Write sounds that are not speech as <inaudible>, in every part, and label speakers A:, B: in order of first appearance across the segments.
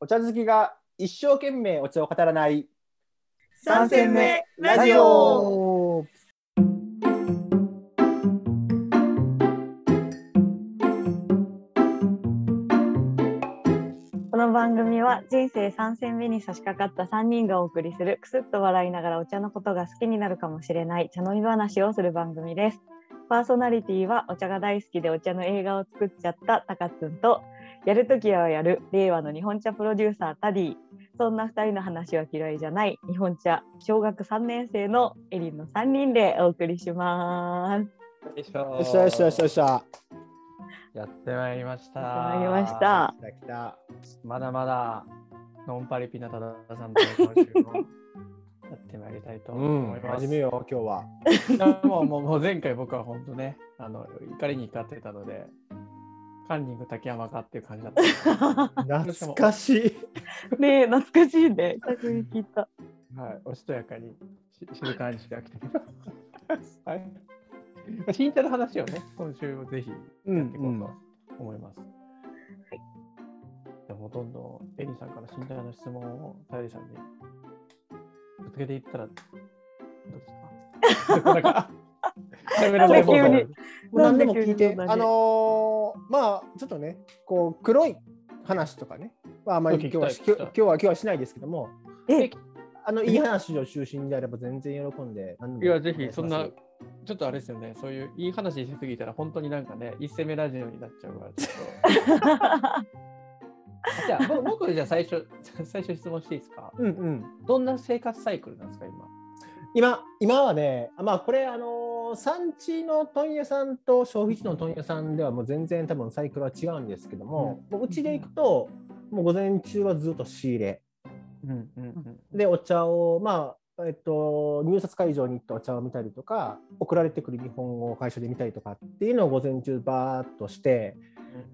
A: お茶好きが一生懸命お茶を語らない
B: 三戦目ラジオ
C: この番組は人生3戦目に差し掛かった3人がお送りするくすっと笑いながらお茶のことが好きになるかもしれない茶飲み話をする番組です。パーソナリティはお茶が大好きでお茶の映画を作っちゃったたかつんとやるときはやる令和の日本茶プロデューサータディそんな2人の話は嫌いじゃない日本茶小学3年生のエリンの3人でお送りします。
B: よいしょ
A: よっしゃよっしゃよっしゃよっしゃ
B: やってまいりました。
C: やってまいりました
A: 来た来た
B: まだまだ、ノンパリピなたださんと今週
C: <laughs>
B: もやってまいりたいと
A: うん
B: 思います。
A: 始めよう今日は
B: もうもうもう前回僕は本当ね、あの怒りに怒ってたので、カンニング竹山かっていう感じだった。
A: 懐かしい
C: <laughs> ねえ懐かしいね久しぶりに聞いた。
B: はい、おしとやかにし静かにしてあげて。はい。まあ新茶の話をね、今週もぜひやっていこうと思います。じゃあもうどんどんエリさんから新茶の質問をタイリさんにぶつけていったらどうですかなんかカメラの
C: 急に
A: もう何でも聞いて、
C: なんで急にそんなに
A: あのーまあちょっとね、こう黒い話とかね、まあ、あまり今日はし
B: 聞きたい
A: 今日今日は今日はしないですけども、
C: え
A: あのいい話を中心であれば全然喜んで、何
B: い
A: でも
B: や、ぜひそん
A: お
B: な
A: 願いし、
B: ちょっとあれですよね、そういういい話しすぎたら本当になんかね、一戦目ラジオになっちゃうから、ちょっと。じゃあぼ僕じゃあ最初最初質問していいですか
A: ます。うんうん。
B: どんな生活サイクルなんですか今
A: 今今はね、あまあこれあのー産地の問屋さんと消費地の問屋さんではもう全然多分サイクルは違うんですけども、もううちで行くともう午前中はずっと仕入れ。
B: うんうん
A: でお茶をまあえっと入札会場に行ってお茶を見たりとか送られてくる日本語を会社で見たりとかっていうのを午前中バーっとして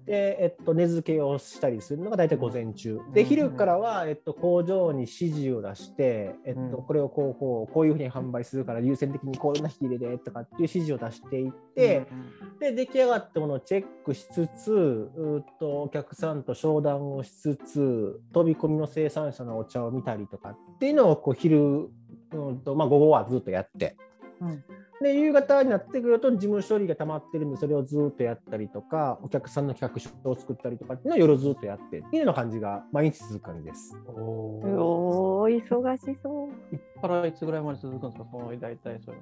A: で、えっと、根付けをしたりするのが大体午前中で
B: うん
A: 昼からは、えっと、工場に指示を出して、えっと、
B: うん
A: これをこうこうこういうふうに販売するから優先的にこんな引き入れでとかっていう指示を出していって。で出来上がったものをチェックしつつうーっとお客さんと商談をしつつ飛び込みの生産者のお茶を見たりとかっていうのをこう昼うーんと、まあ、午後はずっとやって、
C: うん
A: で夕方になってくると事務処理が溜まってるんでそれをずっとやったりとかお客さんの企画書を作ったりとかっていうのを夜ずっとやってっていうような感じが毎日続く感じです。
B: おお
C: <laughs> おー忙しそう。
B: からいつぐらいまで続くんですかその大体そういう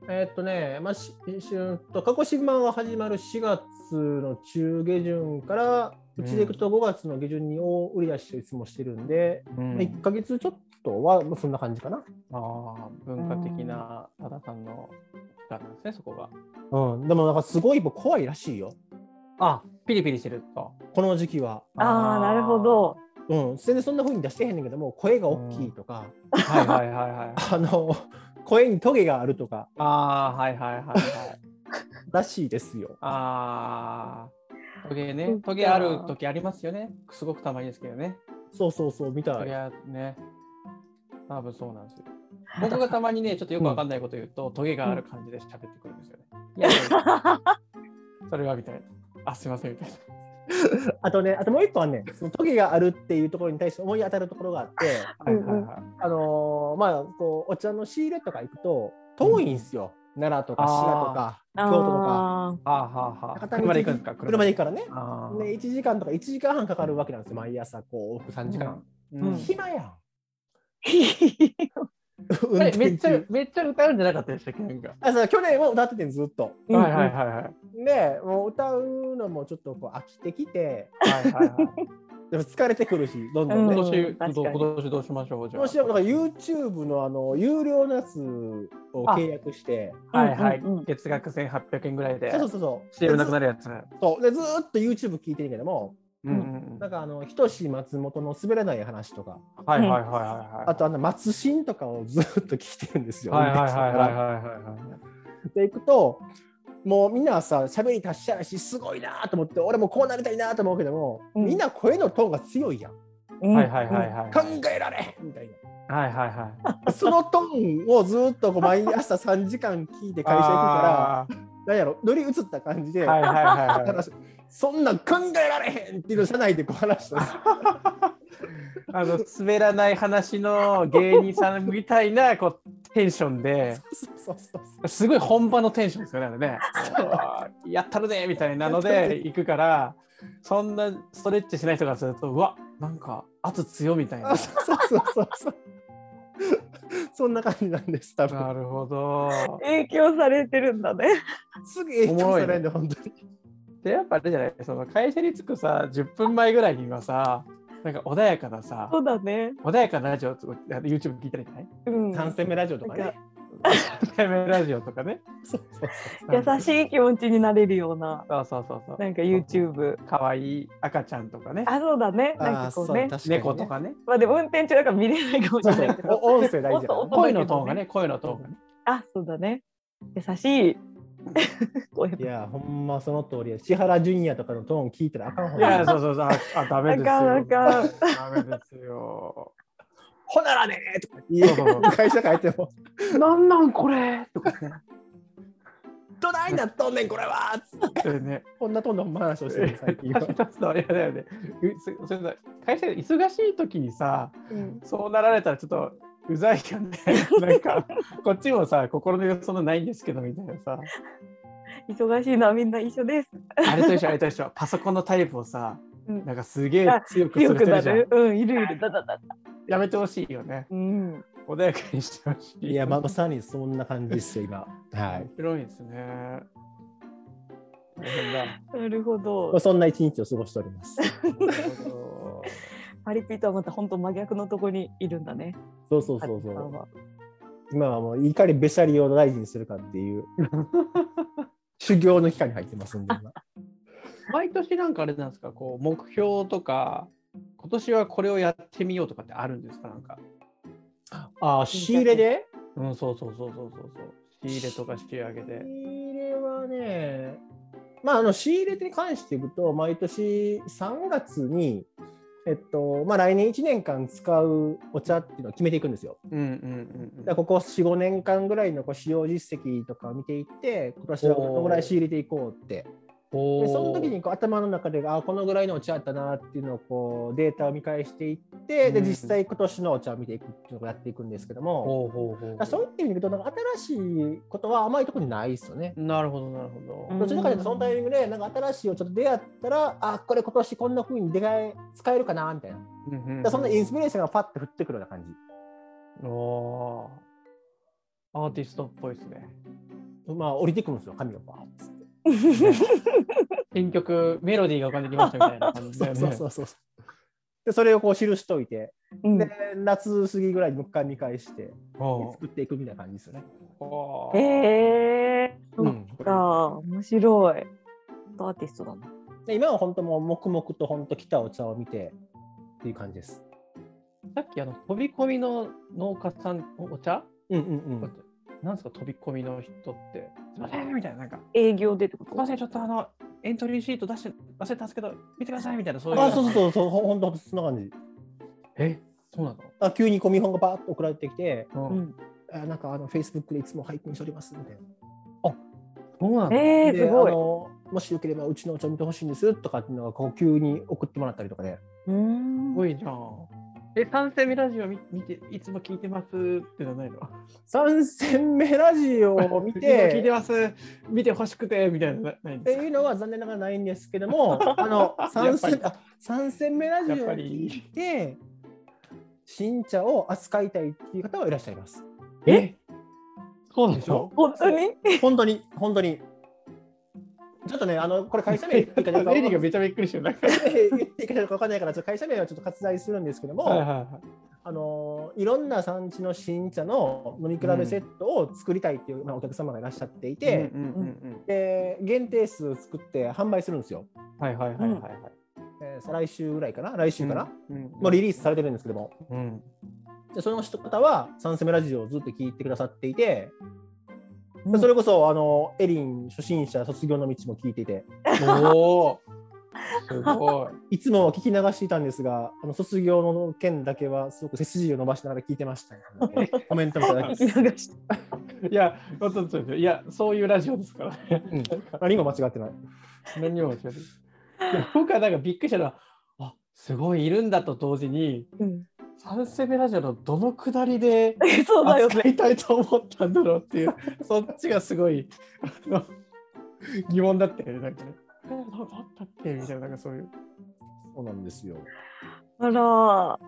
B: のが
A: えーっとね、まあ、ししゅと鹿児島が始まる4月の中下旬から、うちでいくと5月の下旬に大売り出しをいつもしてるんで、
B: う
A: まあ、1か月ちょっとは、まあ、そんな感じかな。
B: ああ文化的な多田さんの期間なんですねそこが
A: うん、でもなんかすごい僕怖いらしいよ、
B: あピリピリしてると
A: この時期は。
C: ああなるほど。
A: うん、全然そんな風に出してへんねんけども、声が大きいとか、
B: はいはいはい <laughs> はい
A: あの、声にトゲがあるとか、
B: ああーはいはいはいはい
A: らしいですよ。
B: ああトゲ
C: そっ
B: ね
C: か
B: トゲある時ありますよねすごくたまにですけどね
A: そうそうそう、みた
B: そ
A: い
B: り。ゃね、多分そうなんです <laughs> よ。僕がたまにね、ちょっとよくわかんないこと言うと、トゲがある感じで喋ってくるんですよね。いやいやいや、 <laughs> それはみたいな。あ、すいませんみたいな。
A: あとね、あともう一個はね、そのトゲがあるっていうところに対して思い当たるところがあって、
B: はいはいはい。
A: あのーまあこうお茶の仕入れとか行くと遠いんですよ、奈良とか
B: あー
A: 滋賀とか京
C: あ
A: 都とか
C: あ
B: あーはあはあ。
A: 片道
B: 車で行くんですか
A: 車で行くからね
B: あー
A: で1時間とか1時間半かかるわけなんですよ毎朝こう往復3時間、
B: うん
C: うん
A: 暇やん
B: <laughs>
C: ー
A: 運
B: あ
A: 転
B: れ
A: 中
B: めっちゃ、めっちゃ歌うんじゃなかったでしたっけなんか。
A: あそう去年は歌っててんずっと
C: うん
B: はいはいはいはい。
A: でもう歌うのもちょっとこう飽きてきて
B: はいはいはい。
A: でも疲れてくるしどんどんね、
C: うん
B: 今年、
C: 確かに
B: 今年どうしましょうじゃ
A: ど
B: あ。
A: うしようだから YouTube のあの有料のやつを契約して
B: はいはい
C: うんうんうん。
B: 月額1800円ぐらいで
A: そう、そうそうそう
B: CM なくな
A: る
B: るやつ。
A: そうでずーっと YouTube 聞いてるけども
B: うんうん
A: なんかあの仁松本の滑らない話とか
B: うん。はいはいはいはいはい。
A: あとあの松新とかをずっと聞いてるんですよ。
B: はいはいはいはい
A: い
B: はいはいはい。
A: でいくともうみんなはさ喋り達者やしすごいなと思って俺もこうなりたいなと思うけども、
C: うん
A: みんな声のトーンが強いやん
C: うん
B: はいはいはいはい。
A: 考えられんみたい
B: はいはいはい。
A: なそのトーンをずっとこう毎
B: <laughs>
A: 朝3時間聞いて会社行くから
B: あー
A: なんやろ乗り移った感じで、
B: はいはいはいはい。
A: 話そんなん考えられへんっていうのを社内でこう話したんですよ
B: あの滑らない話の芸人さんみたいなこうテンションで
A: そうそうそうそう
B: すごい本場のテンションですよねあれねあーやったるねみたいなので行くからそんなストレッチしない人がするとうわなんか圧強みたいな
A: あそうそうそうそうそんな感じなんです多
B: な
A: 分
B: るほど
C: 影響されてるんだね。
A: すぐ影響されるんで本当に
B: でやっぱあれじゃないその会社に着くさ10分前ぐらいにはさなんか穏やかなさ
C: そうだね。
B: 穏やかなラジオとか YouTube 聞いたりしない
C: うん。
A: 3戦目ラジオとかね
B: タイムラジオとかね
A: そうそう
C: 優しい気持ちになれるような、
B: そうそうそうそう
C: なんか YouTube。
B: かわいい赤ちゃんとかね
C: あ、そうだね。
A: あー
C: なんかこ
A: そう
C: ね。
A: 確かにね
B: 猫とかね
C: まあでも運転中だから見れないかもし
A: そう
C: れ
A: そ
C: <laughs> ないけ
A: う
C: ど。
A: お音声大事だからね
C: 音
B: 声のトーンがね声のトーンがね
C: あ、そうだね。優しい。こうやっ
A: い
C: て
A: やほんまその通りや千原ジュニアとかのトーン聞いたらあかんほん
B: いや
A: ま
B: そう <laughs> そうそうああダメですよ
C: あかんあ
B: ダメですよほならねーとか
A: い
B: そ
A: や
B: うそうそう
A: 会社帰っても <laughs>
B: なんなんこれとかね
A: どないなっとんねんこれは
B: <laughs> それね
A: こんなとんのんま話をしてる最
B: <laughs>
A: 近は
B: 一つのあれだよねうそそれさ会社で忙しい時にさ
C: うん
B: そうなられたらちょっとうざいよね <laughs> なんかこっちもさ心のそんなないんですけどみたいなさ
C: 忙しいのはみんな一緒です。
B: あれと一緒あれと一緒パソコンのタイプをさ
C: うん
B: なんかすげえ強くす
C: 強
B: る人
C: く
B: い
C: な
B: るじゃん
C: る。うん、いるいる。だだだだ。
B: やめてほしいよね
C: うん。
B: 穏やかにしてほしい
A: いやままさにそんな感じですよ今はい
B: 面白いですね大変だ
C: なるほ
A: まあ
C: ど。
A: そんな一日を過ごしております
B: なるほど
C: パリピとはまた本当真逆のとこにいるんだね。
A: そうそうそ
C: パリ
A: う
C: ピ
A: そ
C: さん
A: う
C: は
A: 今はもういかにべしゃりを大事にするかって <laughs> いう修行の期間に入ってますんで今
B: 毎年なんかあれなんですかこう目標とか今年はこれをやってみようとかってあるんですかなんか
A: あー仕入れで
B: うんそうそうそうそうそうそう仕入れとか仕上げで
A: 仕入れはね、まあ、あの仕入れに関していくと、毎年3月に、えっとまあ、来年1年間使うお茶っていうのを決めていくんですよ。
B: うんうんうん
A: だからここ4、5年間ぐらいのこう使用実績とかを見ていって、今年はこのぐらい仕入れていこうって。
B: お
A: で
B: ー
A: その時にこう頭の中で、あーこのぐらいのお茶あったなっていうのをこうデータを見返していって、で
B: うん
A: 実際今年のお茶を見ていくっていうのをやっていくんですけども、
B: ほうほうほうほう
A: だからそういった意味で言うと、なんか新しいことはあまり特にないですよね。
B: なるほどなるほど、
C: うん
A: どっちらかというとそのタイミングでなんか新しいをちょっと出会ったらあこれ今年こんな風に出がえ使えるかなみたいなだか
B: うんうんう
A: らそんなインスピレーションがパッと降ってくるような感じ
B: おーアーティストっぽいです <laughs> ね。
A: まあ降りてくるんですよ髪がバーッつって
B: 新曲メロディーが浮かんできましたみたいな感じだ
A: そ
B: よ
A: う
B: ね。
A: そうそうそう <laughs> でそれをこう記しといて
C: うん
A: で夏過ぎぐらいにもう一回見返して
B: お
A: 作っていくみたいな感じですよね
B: ーおー
C: えー、そ
A: うん
C: っか、面白い。アーティストだな。
A: で今は本当もう黙々と本当来たお茶を見てっていう感じです
B: さっきあの飛び込みの農家さんおお茶、
A: うんうんうん
B: なんですか飛び込みの人ってすいませんみたいななんか
C: 営業でってこ
B: すいま
C: と
B: せんちょっとあのエントリーシート出して忘れたんですけど見てくださいみたいなそういう
A: あそうそうそうそうほほんとそんな感じ
B: えそうな
A: あ急にこう見本がバーッと送られてきて
B: の、
C: う
B: うん、
C: ん、
A: あなんかあの Facebook でいつも拝見しておりますみたいな
B: そうなの
C: えー、
A: です
C: ご
A: あ
C: い。
A: のもしよければうちのお茶を見てほしいんですとかっていうのがこう急に送ってもらったりとかで、
B: す
C: うーん
B: ごいじゃんえ三戦目ラジオ見見ていつも聞いてますってのはないの
A: 3戦目ラジオを
B: <laughs>
A: 見
B: 聞い
A: て
B: てます見てほしくてみたいなのないん
A: って
B: ですか
A: いうのは残念ながらないんですけど
B: <laughs>
A: もあの3
B: やっ
A: 戦
B: ぱり
A: あ三戦目ラジオを
B: やっぱ
A: 聞
B: り
A: いて新茶を扱いたいっていう方はいらっしゃいます。
B: えそうなんでしょ
C: 本当に
A: <laughs> 本当に本当にちょっとねあのこれ会社名言っていいかどうか
B: <laughs> エリーがめちゃびっくりしてるなんか
A: <laughs> 言っていいかどうかわかんないからちょっと会社名はちょっと割愛するんですけども。
B: はいはいはい
A: あのいろんな産地の新茶の飲み比べセットを作りたいっていう、まあ、お客様がいらっしゃっていて、
B: うんうんうん
A: で限定数作って販売するんですよ、
B: うんはいはいはいはいはい
A: えー再来週ぐらいかな来週かな、
B: うんうん
A: もうリリースされてるんですけども
B: うん
A: でその人方は「三世目ラジオ」をずっと聞いてくださっていて、
C: う
A: で
C: ん
A: それこそあのエリン初心者卒業の道も聞いていて
B: おおすごい
A: いつもは聞き流していたんですがあの卒業の件だけはすごく背筋を伸ばしながら聞いてました、
B: <laughs>
A: ね、コメントもいただ
C: 聞
A: き
C: き流 <laughs> して
B: いや、本当そうですよ。いや、そういうラジオですからね。
A: うん何も間違ってない
B: 何にも間違ってないいや僕はなんかびっくりしたのは、あすごいいるんだと同時に
C: うん、
B: 三世目ラジオのどのくだりで
C: そうだよね。
B: 扱いたいと思ったんだろうっていうそっちがすごいあの疑問だったよねなんかね。あったっけみたいななんかそういう
A: そうなんですよ。
C: あら、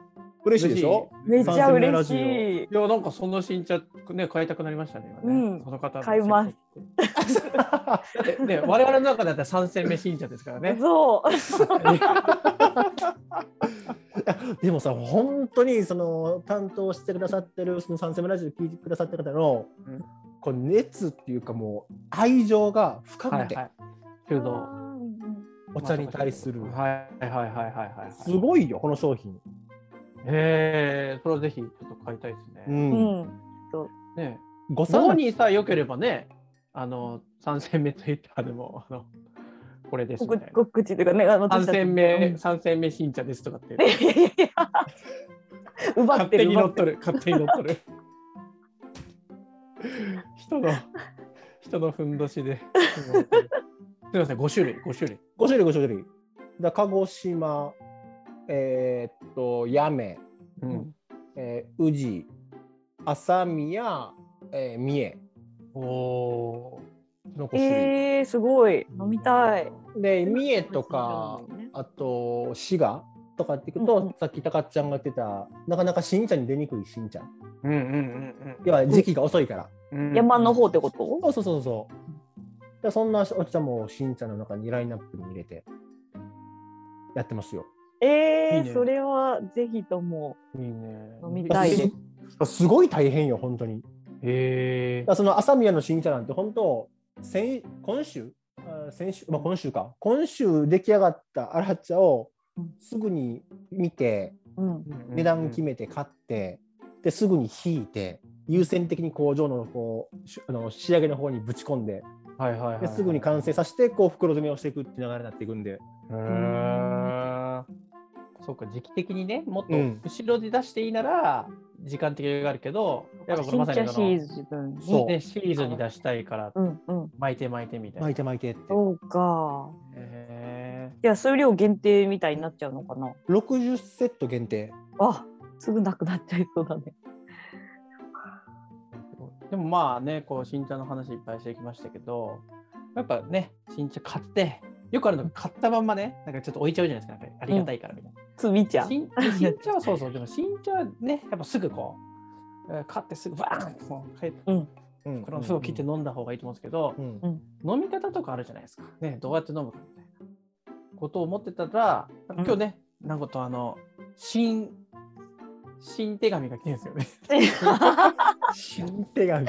A: 嬉しいでしょ
C: めっちゃ嬉し
A: 参戦ラ
C: い。
B: いやなんかその新茶ね買いたくなりましたね今ね、
C: うん
B: その方の
C: 買います
B: だ
C: <laughs>
B: ってね我々の中だったら三戦目新茶ですからね
C: そう。
A: でもさ、本当にその担当してくださってる、その三世目ラジオ聞いてくださってる方の、
B: うん
A: こう熱っていうかもう愛情が深
B: は
A: く
B: い
A: て、
B: はいけど
A: お茶に対する。
B: はいはいはいはいはい
A: すごいよ、この商品。。
B: へえそれはぜひちょっと買いたいですね、
C: うんん。
B: ね
A: ご
B: そこ
A: 参
B: にさえ良ければねあの三戦目ツイッターでもあのこれです
C: ご
B: みたい
C: く
B: な
C: ご口というかね、あの
B: 三戦目
C: <laughs> 私
B: 三戦目新茶ですとかって
C: たちいやいやいや <laughs> 奪っ
B: 勝
C: て
B: 手
C: る。
B: に乗
C: 奪
B: っ
C: って
B: 取る
C: る
B: 勝手に乗っ取る人の人のふんどし
C: <laughs>
B: ですみません5種類5種類
A: 5種類、5種類。だ鹿児島、えーっと、八女、
B: うん
A: えー宇治、朝宮、えー三重
B: おお
A: の5種類。
C: えー、すごい。飲みたい。
A: で三重とかあと滋賀とかっていくと、
C: うんうん
A: さっきたかっちゃんが言ってたなかなか新茶に出にくい新茶
B: うんうんうん
A: 要は時期が遅いから、
B: うんうん
C: 山の方ってこと
A: そうそうそうそうだからそんなお茶も新茶の中にラインナップに入れてやってますよ
B: い
C: え
B: い
C: ー、
B: ね
C: それはぜひとも。
B: いいね
C: 飲みたいね
A: すごい大変よ本当にだか
B: へえ
A: らその朝宮の新茶なんて本当先今週あ先週、まあ、今週か今週出来上がった荒茶をすぐに見て
C: うん。
A: 値段決めて買って、ですぐに引いて優先的に工場のこうしあの仕上げの方にぶち込んで
B: はいはいはいはい
A: ですぐに完成させてこう袋詰めをしていくっていう流れになっていくんで、
B: へーそうか時期的にねもっと
A: うん
B: 後ろで出していいなら時間的余裕があるけど、やっぱこれ
C: 新
B: まさに
C: 茶シ
B: この
C: リーズ自分に。
A: そう
B: ね、シリーズに出したいから
C: うんうん。
B: 巻いて巻いてみたいな。
A: 巻いて巻いてって
C: そうか。
B: へ
C: いや、数量限定みたいになっちゃうのかな。
A: 60セット限定
C: あ、すぐなくなっちゃいそうだね。
B: ーでもまあねこう新茶の話いっぱいしてきましたけどやっぱね新茶買ってよくあるのが買ったまんまねなんかちょっと置いちゃうじゃないですかなんかありがたいからみたいな。
C: つみちゃん。
B: 新新茶はそうそうでも新茶はねやっぱすぐこうえー買ってすぐバーンともう帰ってこれをすぐ切って飲んだ方がいいと思うんですけど。
A: うん
B: 飲み方とかあるじゃないですか、ね、どうやって飲むかみたいなことを思ってたら、なんか今日ね、なんかとあの、新、新手紙が来てるんですよね。
A: 新手
B: <laughs>
A: 紙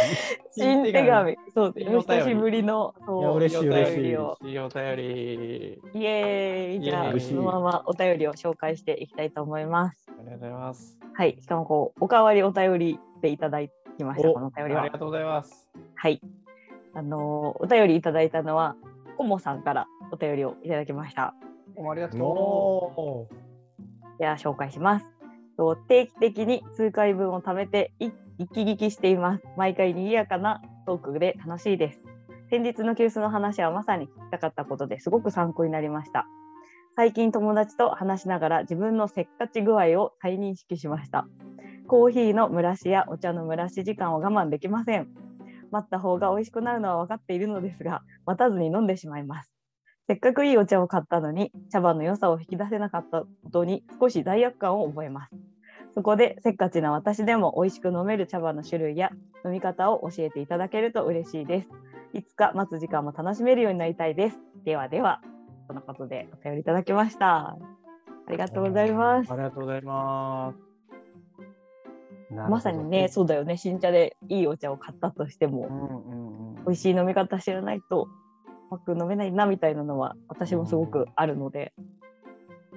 C: 新手紙。そうですね。
B: 新手紙
C: 久しぶりの。そう
A: いや嬉しい嬉しい
C: お便りを
B: いいお便り。
C: イエーイ。じゃ
B: イエ
C: あ、
B: ーイ
C: そのままお便りを紹介していきたいと思います
B: あ。りがとうございます。
C: はい。しかも、こう、おかわりお便りでいただきました。
A: お
C: このお
B: あ
C: 便
B: り
C: りは
B: が。とうございます。
C: はい。あのーお便りいただいたのは、コモさんからお便りをいただきました。
B: どうもありがとう。
A: の
C: では紹介します。と定期的に数回分を貯めてい一気聞きしています。毎回賑やかなトークで楽しいです。先日の急須の話はまさに聞きたかったことですごく参考になりました。最近友達と話しながら自分のせっかち具合を再認識しました。コーヒーの蒸らしやお茶の蒸らし時間を我慢できません。待った方が美味しくなるのは分かっているのですが、待たずに飲んでしまいます。せっかくいいお茶を買ったのに茶葉の良さを引き出せなかったことに少し罪悪感を覚えますそこでせっかちな私でも美味しく飲める茶葉の種類や飲み方を教えていただけると嬉しいですいつか待つ時間も楽しめるようになりたいですではではとのことでお便りいただきましたありがとうございます
B: ありがとうございます。
C: まさにねそうだよね新茶でいいお茶を買ったとして
B: う
C: も
B: んうんうん。
C: 美味しい飲み方知らないとうまく飲めないなみたいなのは私もすごくあるので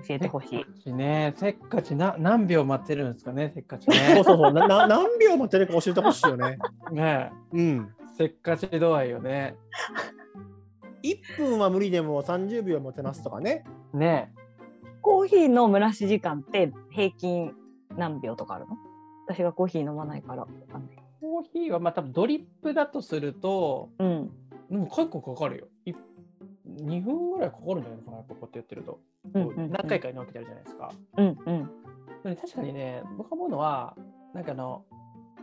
C: 教えてほしい
B: しい。ね、せっかちな何秒待ってるんですかね、せっかち
A: そう
B: ね。
A: そうそうな <laughs> な何秒もテレか教えてほしいよね
B: ね
A: うん
B: せっかち度合いよね。
A: 1分は無理でも30秒もてなすとかね
B: ね
C: コーヒーの蒸らし時間って平均何秒とかあるの私がコーヒー飲まないからわかんない。
B: コーヒーはまあ多分ドリップだとすると、
C: うん。
B: うん、結構かかるよ。い2分ぐらいかかるんじゃないのかな、やっぱこうやってやってると。
C: うん
B: こう
C: うんうん
B: 何回かに分けてあるじゃないですか。
C: うんうん
B: でも確かにね、僕が思うのは、なんかあの、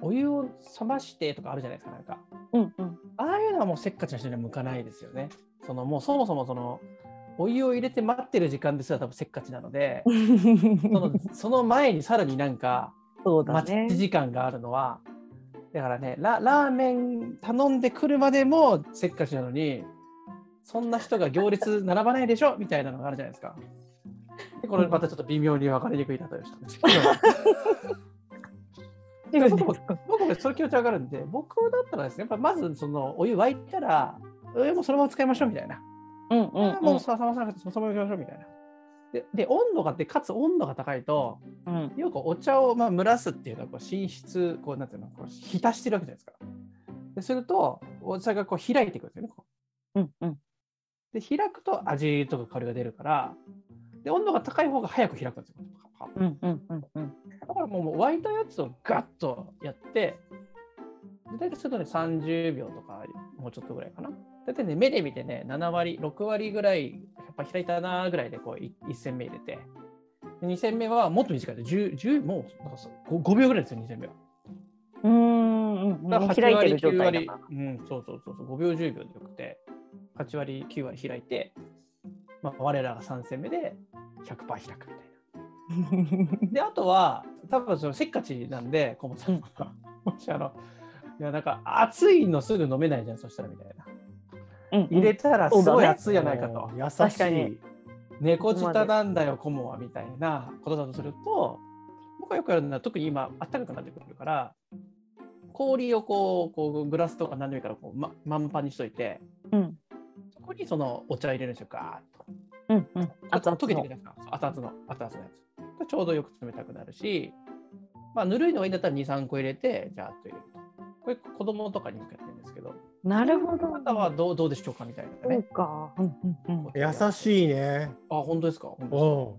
B: お湯を冷ましてとかあるじゃないですか、なんか。
C: うんうん、
B: ああいうのはもうせっかちな人には向かないですよね。そのもうそもそもそのお湯を入れて待ってる時間ですら多分せっかちなので
C: そ
B: そのその前にさらになんか
C: そうだ
B: 待
C: ね
B: ち時間があるのは、だからねラ、ラーメン頼んでくるまでもせっかちなのに、そんな人が行列並ばないでしょみたいなのがあるじゃないですか。でこれまたちょっと微妙に分かりにくい例えをしたんですけど。
C: <laughs> 自分で
B: 僕もそれ気持ちわかるんで、僕だったらですね、やっぱまずそのお湯沸いたら、お湯もそのまま使いましょうみたいな。
C: うんうん
B: あもうさ冷まさなくて、そのまま行きましょうみたいな。で、で温度があって、かつ温度が高いと、
C: うんうん
B: よくお茶をまあ蒸らすっていうのはこう寝室、こうなんていうの、こう浸してるわけじゃないですか。ですると、お茶がこう開いていくんですよね。こ
C: うんうん
B: うで、開くと味とか香りが出るから、で、温度が高い方が早く開くんですよ。パカパカ
C: うんうんうんうん
B: だからもうもう沸いたやつをガッとやって、で大体するとね、30秒とか、もうちょっとぐらいかな。大体ね、目で見てね、7割、6割ぐらい、やっぱ開いたなぐらいでこうい1戦目入れて、で2戦目はもっと短いで、10、10もうなんかさ 5, 5秒ぐらいですよ、2戦目は。
C: うーんうんうん開いてる状態だ
B: だ
C: から
B: から8割9割うん、そうそうそうそう、5秒、10秒でよくて、8割、9割開いて、まあ、我らが3戦目で100%開くみたいな。
C: <laughs>
B: であとは多分そのせっかちなんで小本さんはもしあのいやなんか熱いのすぐ飲めないじゃんそしたらみたいな
C: うんうん
B: 入れたらす
C: そうだね
B: ごい熱いじゃないかと、
A: おー優しい。
C: 確かに
B: 猫舌なんだよ顧問はみたいなことだとすると僕はよくやるのは特に今あったかくなってくるから氷をこうこうグラスとか何でもいいからこう、ま、満杯にしといて
C: うん
B: そこにそのお茶入れるんですよガーッと。
C: うんうん
B: あと
C: 熱
B: 溶けて
C: 々の
B: くるやつか。熱々の、熱々のやつ。でちょうどよく冷たくなるし、まあ、ぬるいのがいいんだったら2、3個入れて、じゃーっと入れると。これ、子供とかに向けてるんですけど、
C: なるほど
B: あなたはどうどうでしょうかみたいな
C: そう
B: ね。
C: かうんうんうん
A: 優しいね。
B: あ、本当ですか。本当ですか
A: うん。い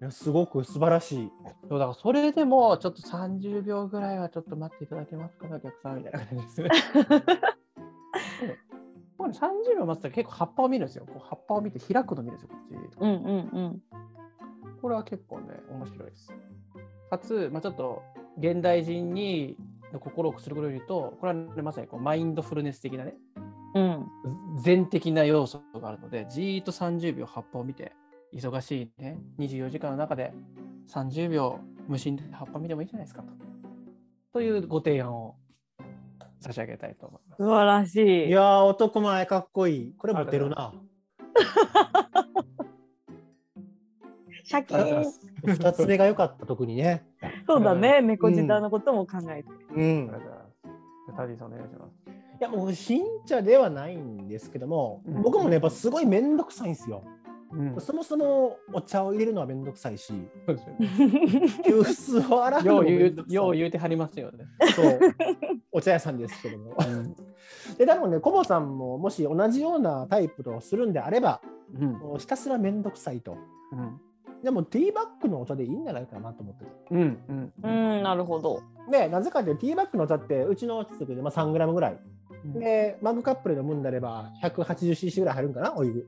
A: やすごく素晴らしい。
B: でもだから、それでも、ちょっと30秒ぐらいはちょっと待っていただけますかね、お客さんみたいな感じ <laughs> ですね。僕ね30秒待つと結構葉っぱを見るんですよ。こう葉っぱを見て開くの見るんですよ、こっち。
C: うんうんうん
B: これは結構ね、面白いです。かつ、まあ、ちょっと現代人にの心をくすぐる言うと、これは、ね、まさにこうマインドフルネス的なね、
C: うん
B: 全的な要素があるので、じーっと30秒葉っぱを見て、忙しいね、24時間の中で30秒無心で葉っぱ見てもいいじゃないですかと。というご提案を差し上げたいと思います。
C: 素晴らしい
A: いやー男前かっこいい。これモテるな。
C: シャキ
B: ありがとうございま
C: ーン
B: す。
A: 二つ目が良かった特にね。
C: そうだね猫舌のことも考えて
A: う
B: あり
A: ん
B: がとうございます。タディさんお願いします。
A: いやもう信者ではないんですけども、
B: うん
A: 僕もねやっぱすごい面倒くさいんですよ。
B: うん
A: そもそもお茶を入れるのは面倒くさいし、
B: <laughs> そうですよね。
A: 急須を洗うの
B: よ
A: も
B: う
A: め
B: 言
A: んど
B: う
A: くさい
B: よう言うてはりますよね。
A: <laughs> そうお茶屋さんですけども。で多分ねコボさんももし同じようなタイプとするんであれば、
B: うん
A: もうひたすら面倒くさいと。
B: うん
A: でもティーバッグのお茶でいいんじゃないかなと思ってて。
B: うんうん
C: う。んなるほど
A: でなぜかというとティーバッグのお茶ってうちの秩父でまあ3グラムぐらい。で、マグカップで飲むんだれば 180cc ぐらい入るんかな、お湯。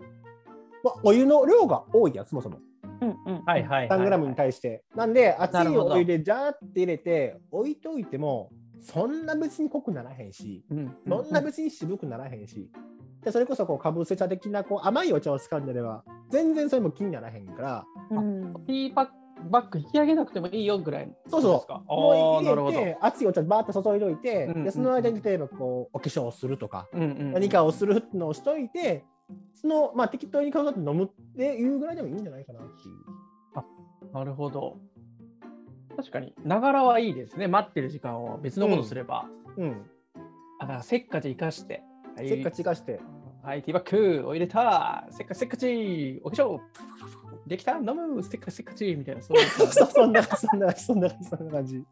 A: まあ、お湯の量が多いやん、そもそも。
C: うんうん
B: はいはいはい、
A: 3グラムに対して。なんで、熱
B: ないるほど
A: お湯でジャーって入れて、置いといても、そんな別に濃くならへんし、
B: うん
A: そんな別に渋くならへんし、でそれこそこうかぶせ茶的なこう甘いお茶を使うんであれば、全然それも気にならへんから、
C: うん
B: ティーパックバッグ引き上げなくてもいいよぐらい
A: そうそう
B: ですかあ
A: も
B: あ
A: う
B: なるほ
A: 入
B: ど、
A: れて、熱いお茶バーって注いどいて、
B: うんうんう
A: で
B: ん
A: その間に例えばこうお化粧をするとか、
B: うんうん、
A: 何かをするのをしといて、その、まあ、適当に顔だって飲むっていうぐらいでもいいんじゃないかなっていう。
B: なるほど確かにながらはいいですね待ってる時間を別のことすれば、
A: うん。
B: あだからせっかち生かして、はい、
A: せっかちがして。
B: はいティーバッグを入れたせっかちせっかちお化粧できた飲むせっかちせっかちみたいなそういう
A: <laughs> そうそう、そんな感じ、そんな感じ、そんな感じ、そんな感じ。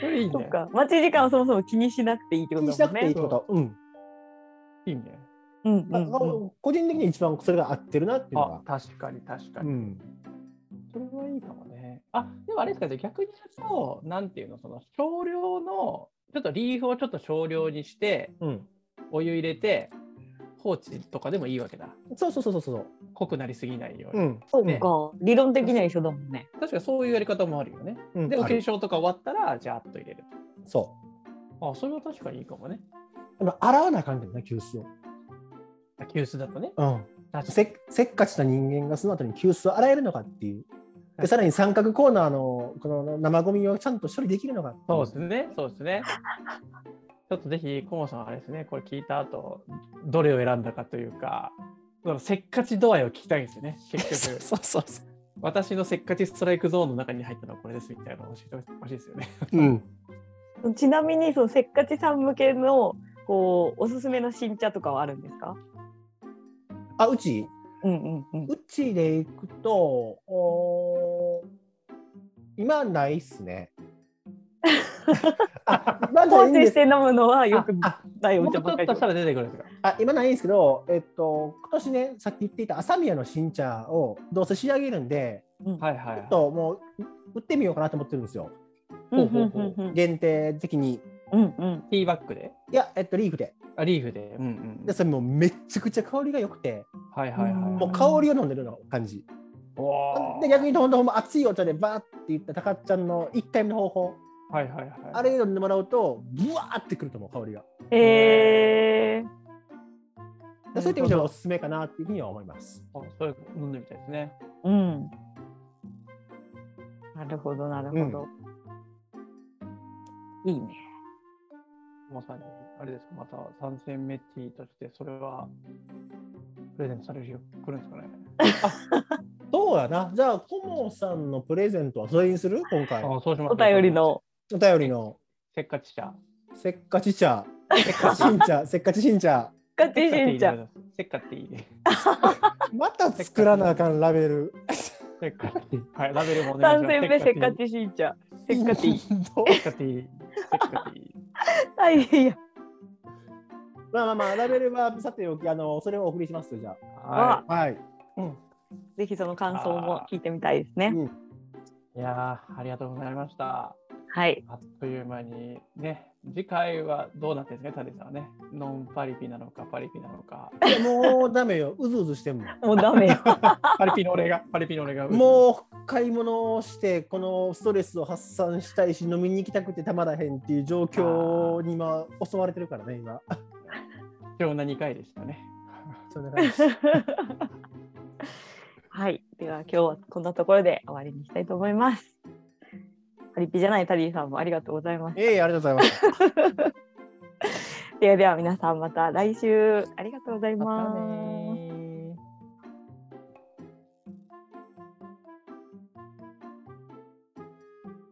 B: それいい
C: そ
B: ね
C: っか待ち時間をそもそも気にしなくていいって
A: 気
C: こと
A: にし
C: だ
A: な
C: もん
A: くていい
C: ね
A: ってこと。うん。
B: いいね
C: うんう
A: まあ
C: んうん
A: 個人的に一番それが合ってるなっていうの
B: あ
A: が。
B: 確かに確か
A: う
B: に、
A: ん。
B: それはいいかもね。あでもあれですか、じゃあ逆に言うと、なんていうの、その少量の、ちょっとリーフをちょっと少量にして、
A: うん。
B: お湯入れて、放置とかでもいいわけだ。
A: そうそうそうそうそう。
B: 濃くなりすぎないよう
A: う
B: に。
A: ん。
C: そう
B: ね
C: か。理論的には一緒だもんね。
B: 確かそういうやり方もあるよね。
A: うん
B: で、お
A: ある
B: 検証とか終わったら、じゃあっと入れる。
A: そ
B: あ、それは確かにいいかもね。
A: う。やっぱ洗わなあかんけどな、急須を。
B: 急須だとね。
A: うん。
B: 確かに
A: せせっかちな人間がその後に急須を洗えるのかっていう。
B: は
A: で
B: い
A: さらに三角コーナーのこの生ゴミをちゃんと処理できるのかってい
B: そうですね。そうですね。ちょっとぜひ、コモさんはあれですね、これ聞いた後、どれを選んだかというか、そのせっかち度合いを聞きたいんですよね。結
A: <laughs>
B: 局、
A: そうそうそ
B: 私のせっかちストライクゾーンの中に入ったのはこれですみたいなのを教えてほしいですよね。
A: う。うん。
C: ちなみにそのせっかちさん向けのこうおすすめの新茶とかはあるんですか？
A: あ、うち
C: うんうんうん。
A: うちで行くと、おー今ないっすね。あ今ない
C: 放
A: ん
C: 置
A: で
C: し
A: す
C: て飲むのはよく
A: あ
C: ないお
B: もうち
C: 茶
B: ょっ
C: ばっかり
B: と
C: で
B: し
C: す
B: たら出てくるんですよ。
A: あ今ないんですけど、えっと、今年ね、さっき言っていた朝宮の新茶をどうせ仕上げるんで、
C: うん
B: はいはい、
A: ち
B: は
A: ょっ
B: い。
A: ともう売ってみようかなと思ってるんですよ。
C: うんうんうんうん
A: 限定的に。
C: うんうん。
B: ティーバッグで、
A: いや、えっと、リーフで。
B: あリーフで。うんうん
A: で、それもうめっちゃくちゃ香りが良くて、
B: はいはいはい。
C: も
A: もう香りを飲んでるような感じ。
B: おー
A: で、逆にほんとほんま熱いお茶でバーって言ったたかっちゃんの1回目の方法、
B: はいはいはい。
A: あれ飲んでもらうと、ブワーってくると思う、香りが。
C: ええ
A: でそういった意味ではおすすめかなっていうふうには思います。
B: あそれ飲んでみたいですね。
C: うん。なるほどなるほど。いいね。
B: まさに、あれですか、また3戦目ティーとして、それはプレゼントされる日が来るんですかね。
A: どうやな。じゃあ、コモさんのプレゼントはそれにする今回。
B: あそうします
C: お便り。の
A: お便りの
B: せっかち茶。
A: せっかち茶、せっかち新茶、せっかち新
B: <laughs>
A: 茶。
C: せっかち新茶。。
B: せっかちいいね。
A: また作らなあかんラベ
B: <laughs>
A: ル。
B: せっかち。はい、ラベルもお願い
C: 三
B: します。
C: 戦目せっかち新茶。せっかち。
A: どう
B: せっかち。せっかち。
C: はいいや。
A: まあまあまあ、ラベルはさておき、あの、それをお送りしますよじゃ
B: は
A: あ。はい。
C: ぜひその感想も聞いてみたいですね。
A: うん
B: い。いやー、ありがとうございました。
C: はい。
B: あっという間にね、次回はどうなってるんですかね、タデさんはね。ノンパリピなのか、パリピなの
C: <laughs>
B: か。
A: いやもうダメよ、うずうずしてんもん。
C: もうダメ <laughs> よ。
B: パリピの俺が、パリピの俺が。
A: もう買い物をして、このストレスを発散したいし、飲みに行きたくてたまらへんっていう状況に今、襲われてるからね、今。
B: 貴重な2回でしたね。
A: そんな感じ
C: はい。では今日はこんなところで終わりにしたいと思います。パリピじゃないタリーさんもありがとうございます。
A: ええありがとうございます。
C: ではでは皆さんまた来週ありがとうございます。